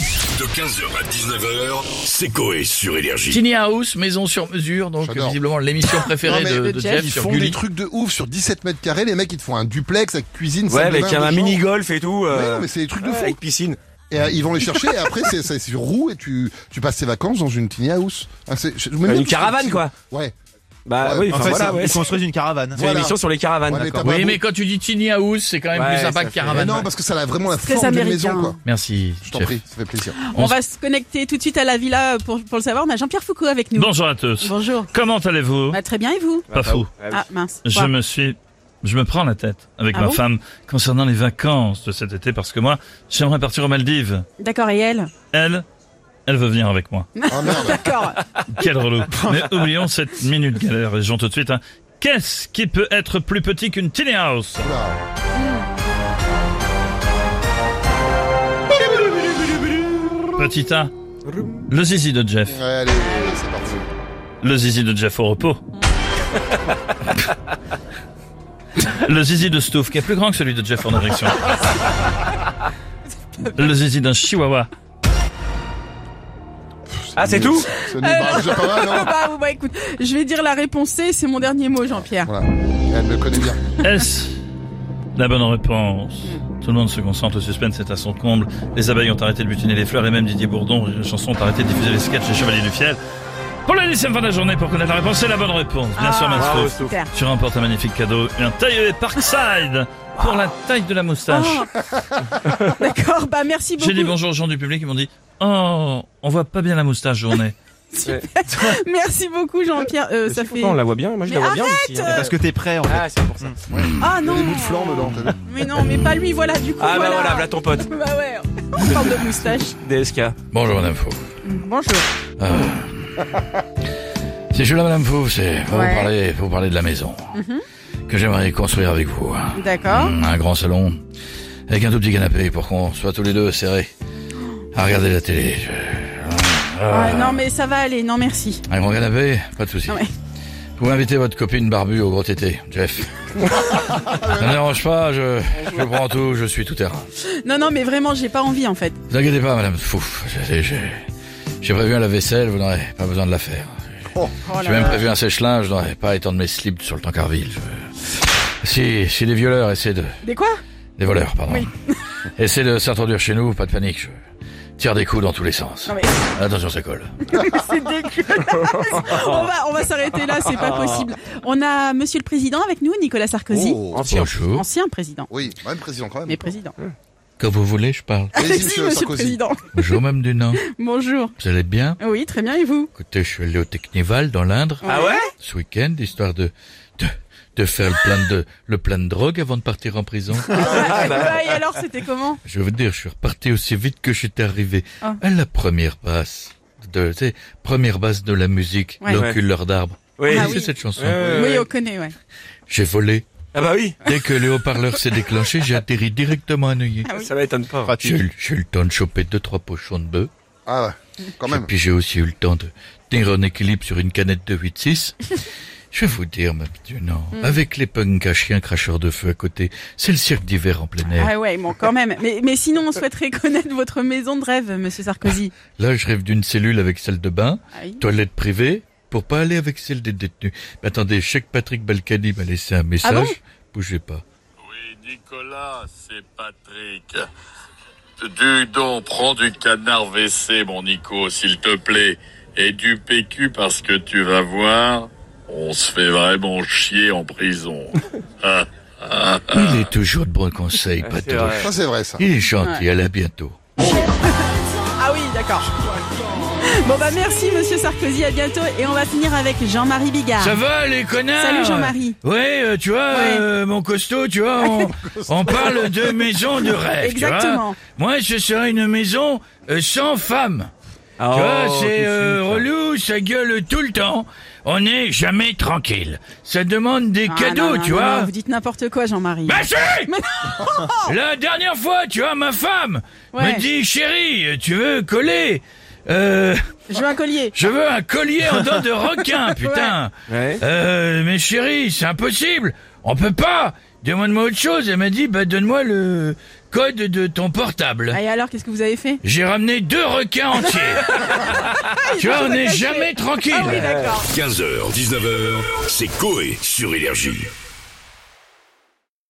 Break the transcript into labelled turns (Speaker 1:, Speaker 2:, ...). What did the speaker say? Speaker 1: De 15h à 19h, c'est Coé sur Énergie.
Speaker 2: Tiny House, maison sur mesure, donc
Speaker 3: J'adore.
Speaker 2: visiblement l'émission préférée
Speaker 3: Non, mais
Speaker 2: de,
Speaker 3: les
Speaker 2: de
Speaker 3: Jeff, Ah,
Speaker 2: Jeff
Speaker 3: ils
Speaker 2: sur
Speaker 3: font
Speaker 2: Gulli.
Speaker 3: des trucs de ouf sur 17 mètres carrés. Les mecs, ils te font un duplex avec cuisine,
Speaker 4: Ouais,
Speaker 3: salle de
Speaker 4: avec
Speaker 3: bain,
Speaker 4: un
Speaker 3: deux chambres.
Speaker 4: mini golf et tout.
Speaker 3: Mais
Speaker 4: euh,
Speaker 3: non, mais c'est des trucs de
Speaker 4: ouais,
Speaker 3: fou.
Speaker 4: avec piscine.
Speaker 3: Et euh, ils vont les chercher et après, c'est- c'est sur roue et tu, tu passes tes vacances dans une tiny house. Ah, c'est- je- je me
Speaker 4: Euh,
Speaker 3: demande
Speaker 4: une
Speaker 3: si-
Speaker 4: caravane
Speaker 3: si-
Speaker 4: quoi.
Speaker 3: Ouais.
Speaker 4: Bah
Speaker 3: Ouais,
Speaker 4: oui,
Speaker 3: en
Speaker 4: enfin
Speaker 3: fait,
Speaker 4: voilà,
Speaker 3: c'est-
Speaker 4: ouais.
Speaker 5: Ils
Speaker 4: C'est
Speaker 5: construisent une caravane.
Speaker 4: une
Speaker 3: voilà.
Speaker 4: émission sur les caravanes.
Speaker 3: Ouais, mais
Speaker 4: d'accord.
Speaker 3: t'as pas
Speaker 2: Oui,
Speaker 3: beau-
Speaker 2: mais quand tu dis Tiny House, c'est quand même
Speaker 4: Ouais,
Speaker 2: plus
Speaker 4: ça
Speaker 2: sympa que
Speaker 4: fait-
Speaker 3: Mais
Speaker 2: caravane.
Speaker 3: non, parce que ça a vraiment la
Speaker 6: Très
Speaker 3: forme d'une
Speaker 6: américain.
Speaker 3: maison, quoi.
Speaker 2: Merci.
Speaker 3: Je t'en
Speaker 2: Jeff.
Speaker 3: prie, ça fait plaisir.
Speaker 6: On va se connecter tout de suite à la villa pour, pour le savoir. On a Jean-Pierre Foucault avec nous.
Speaker 7: Bonjour à tous.
Speaker 6: Bonjour.
Speaker 7: Comment allez-vous
Speaker 6: Bah, très bien, et vous
Speaker 7: Pas fou.
Speaker 4: Ouais, oui.
Speaker 6: Ah, mince.
Speaker 7: Je
Speaker 6: Quoi
Speaker 7: me suis, je me prends la tête avec
Speaker 6: Ah
Speaker 7: ma
Speaker 6: bon
Speaker 7: femme concernant les vacances de cet été parce que moi, j'aimerais partir aux Maldives.
Speaker 6: D'accord, et elle
Speaker 7: Elle, elle veut venir avec moi.
Speaker 3: Ah merde.
Speaker 6: D'accord.
Speaker 7: Quel relou. Mais oublions cette minute galère et j'en tout de suite. hein. Qu'est-ce qui peut être plus petit qu'une tiny house
Speaker 3: Oula.
Speaker 7: Petit A, le zizi de Jeff.
Speaker 3: Ouais,
Speaker 4: Ah.
Speaker 3: allez, c'est parti.
Speaker 7: Le zizi de Jeff au repos. Le zizi de Stouff, qui est plus grand que celui de Jeff en érection. Le zizi d'un chihuahua.
Speaker 4: Ah, c'est tout
Speaker 3: Ce n'est pas déjà pas mal, hein. non
Speaker 6: bah, bah, écoute, je vais dire la réponse C, c'est mon dernier mot, Jean-Pierre.
Speaker 3: Voilà. Elle me connaît bien.
Speaker 7: Est-ce la bonne réponse Tout le monde se concentre, le suspense est à son comble. Les abeilles ont arrêté de butiner les fleurs et même Didier Bourdon et chanson ont arrêté de diffuser les sketchs des Chevaliers du Fiel. Pour la dixième fin de la journée, pour connaître la réponse, c'est la bonne réponse. Bien sûr,
Speaker 6: Ah,
Speaker 7: Max
Speaker 4: bravo,
Speaker 7: Stouff.
Speaker 4: Stouff.
Speaker 6: Super.
Speaker 7: Tu remportes un magnifique cadeau, un tailleur Parkside pour la taille de la moustache.
Speaker 6: Ah. D'accord, bah merci beaucoup.
Speaker 7: J'ai dit bonjour aux gens du public, ils m'ont dit Oh, on voit pas bien la moustache journée.
Speaker 6: Merci beaucoup, Jean-Pierre. Euh, ça fait.
Speaker 4: Pourquoi on la voit bien Moi, je
Speaker 6: Mais
Speaker 4: la vois bien aussi. hein.
Speaker 5: Parce que t'es prêt en fait.
Speaker 4: Ah, c'est pour ça.
Speaker 6: Ah non.
Speaker 3: Des bouts de flanc dedans, t'as vu
Speaker 6: Mais non, mais pas lui. Voilà, du coup.
Speaker 4: Ah, bah
Speaker 6: voilà.
Speaker 4: voilà, voilà ton pote.
Speaker 6: Bah ouais. On parle de moustache.
Speaker 4: DSK.
Speaker 2: Bonjour Madame Fou.
Speaker 6: Bonjour.
Speaker 2: C'est je là Madame Fou, c'est pour,
Speaker 6: Ouais.
Speaker 2: vous parler, pour vous parler de la maison que j'aimerais construire avec vous.
Speaker 6: D'accord.
Speaker 2: Un grand salon avec un tout petit canapé pour qu'on soit tous les deux serrés à regarder la télé.
Speaker 6: Ouais, Ah, non, mais ça va aller. Non, merci.
Speaker 2: Un grand canapé, pas de souci.
Speaker 6: Ah Ouais.
Speaker 2: Vous pouvez inviter votre copine barbue au gros tété, Jeff. Ça ne dérange pas, je, je prends tout, je suis tout terrain.
Speaker 6: Non, non, mais vraiment, j'ai pas envie en fait.
Speaker 2: Ne vous inquiétez pas, madame Fouf. J'ai- J'ai j'ai prévu un lave-vaisselle, vous n'aurez pas besoin de la faire.
Speaker 6: Oh
Speaker 2: J'ai
Speaker 6: là
Speaker 2: même
Speaker 6: là.
Speaker 2: prévu un sèche-linge, je n'aurai pas à étendre mes slips sur le tankerville. Je- Si, si les violeurs essaient de...
Speaker 6: Des quoi
Speaker 2: Des voleurs, pardon.
Speaker 6: Oui.
Speaker 2: essaient de s'introduire chez nous, pas de panique. Je tire des coups dans tous les sens.
Speaker 6: Non, mais
Speaker 2: Attention, ça colle.
Speaker 6: c'est dégueulasse. on va, on va s'arrêter là. C'est pas possible. On a Monsieur le Président avec nous, Nicolas Sarkozy,
Speaker 3: Oh.
Speaker 4: Ancien.
Speaker 2: Bonjour.
Speaker 6: ancien président.
Speaker 3: Oui, même président quand même.
Speaker 6: Mais président.
Speaker 2: Quand vous voulez, je parle.
Speaker 3: Allez-y,
Speaker 6: Si,
Speaker 3: monsieur
Speaker 6: Monsieur le
Speaker 3: Sarkozy.
Speaker 6: Président.
Speaker 2: Bonjour, même du Nord.
Speaker 6: Bonjour.
Speaker 2: Vous allez bien
Speaker 6: Oui, très bien. Et vous
Speaker 2: Écoutez, je suis allé au Technival dans l'Indre
Speaker 4: Ah ouais
Speaker 2: ce week-end, histoire de, de, de faire le plein de, le plein de drogue avant de partir en prison.
Speaker 6: Ah, bah, Et alors, c'était comment
Speaker 2: Je veux dire, je suis reparti aussi vite que j'étais arrivé
Speaker 6: Ah.
Speaker 2: à la première basse. De, tu sais, première basse de la musique,
Speaker 6: Ouais.
Speaker 2: l'enculeur d'arbre.
Speaker 4: Oui.
Speaker 2: Vous
Speaker 6: Ah
Speaker 2: connaissez
Speaker 6: oui.
Speaker 2: cette chanson.
Speaker 4: Euh,
Speaker 6: Oui, on connaît, ouais.
Speaker 2: J'ai volé.
Speaker 4: Ah bah oui,
Speaker 2: Dès que le haut-parleur s'est déclenché, j'ai atterri directement à Neuilly.
Speaker 6: Ah oui.
Speaker 4: ça m'étonne pas.
Speaker 2: J'ai eu- j'ai eu le temps de choper deux, trois pochons de bœuf.
Speaker 3: Ah ouais, quand même.
Speaker 2: Et puis j'ai aussi eu le temps de tenir en équilibre sur une canette de 8-6. Je vais vous dire, ma petite non, avec les punks à chiens cracheurs de feu à côté, c'est le cirque d'hiver en plein air.
Speaker 6: Ah ouais, bon, quand même. Mais, mais sinon, on souhaiterait connaître votre maison de rêve, monsieur Sarkozy.
Speaker 2: Là, je rêve d'une cellule avec salle de bain,
Speaker 6: Ah oui.
Speaker 2: toilette privée, pour pas aller avec celle des détenus. Mais attendez, je sais que Patrick Balkany m'a laissé un message.
Speaker 6: bon
Speaker 2: Bougez pas.
Speaker 8: Oui, Nicolas, c'est Patrick. Du don, prends du canard WC, mon Nico, s'il te plaît. Et du PQ, parce que tu vas voir, on se fait vraiment chier en prison.
Speaker 2: Il est toujours de bons conseils, Patrick.
Speaker 4: Ah, vrai.
Speaker 3: Ça c'est vrai ça.
Speaker 2: Il est gentil, à la bientôt.
Speaker 6: Ah oui, d'accord. Bon, bah, merci, monsieur Sarkozy. À bientôt. Et on va finir avec Jean-Marie Bigard.
Speaker 2: Ça va les connards
Speaker 6: Ah. Salut, Jean-Marie.
Speaker 2: Ouais, euh, tu vois,
Speaker 6: Ouais.
Speaker 2: euh, mon costaud, tu vois, on, on parle de maison de rêve. tu vois.
Speaker 6: Exactement.
Speaker 2: Moi, ce serait une maison euh, sans femme.
Speaker 4: Ah,
Speaker 2: Tu vois,
Speaker 4: oh, tout de
Speaker 2: c'est
Speaker 4: suite.
Speaker 2: euh, relou, ça gueule tout le temps. On n'est jamais tranquille. Ça demande des
Speaker 6: Ah,
Speaker 2: cadeaux,
Speaker 6: non, non,
Speaker 2: tu
Speaker 6: non,
Speaker 2: vois.
Speaker 6: non, vous dites n'importe quoi, Jean-Marie.
Speaker 2: Bah si La dernière fois, tu vois, ma femme
Speaker 6: Ouais.
Speaker 2: me dit, chérie, tu veux coller euh,
Speaker 6: Je veux un collier.
Speaker 2: Je veux un collier en dents de requin, putain.
Speaker 4: Ouais.
Speaker 2: Euh, mais chérie, c'est impossible. On peut pas. Demande-moi autre chose. Elle m'a dit, bah, donne-moi le, code de ton portable.
Speaker 6: Ah, et alors, qu'est-ce que vous avez fait
Speaker 2: J'ai ramené deux requins entiers. tu vois, on Ah n'est jamais tranquille.
Speaker 6: Ah oui, d'accord.
Speaker 1: 15h, 19h, c'est Coé sur Énergie.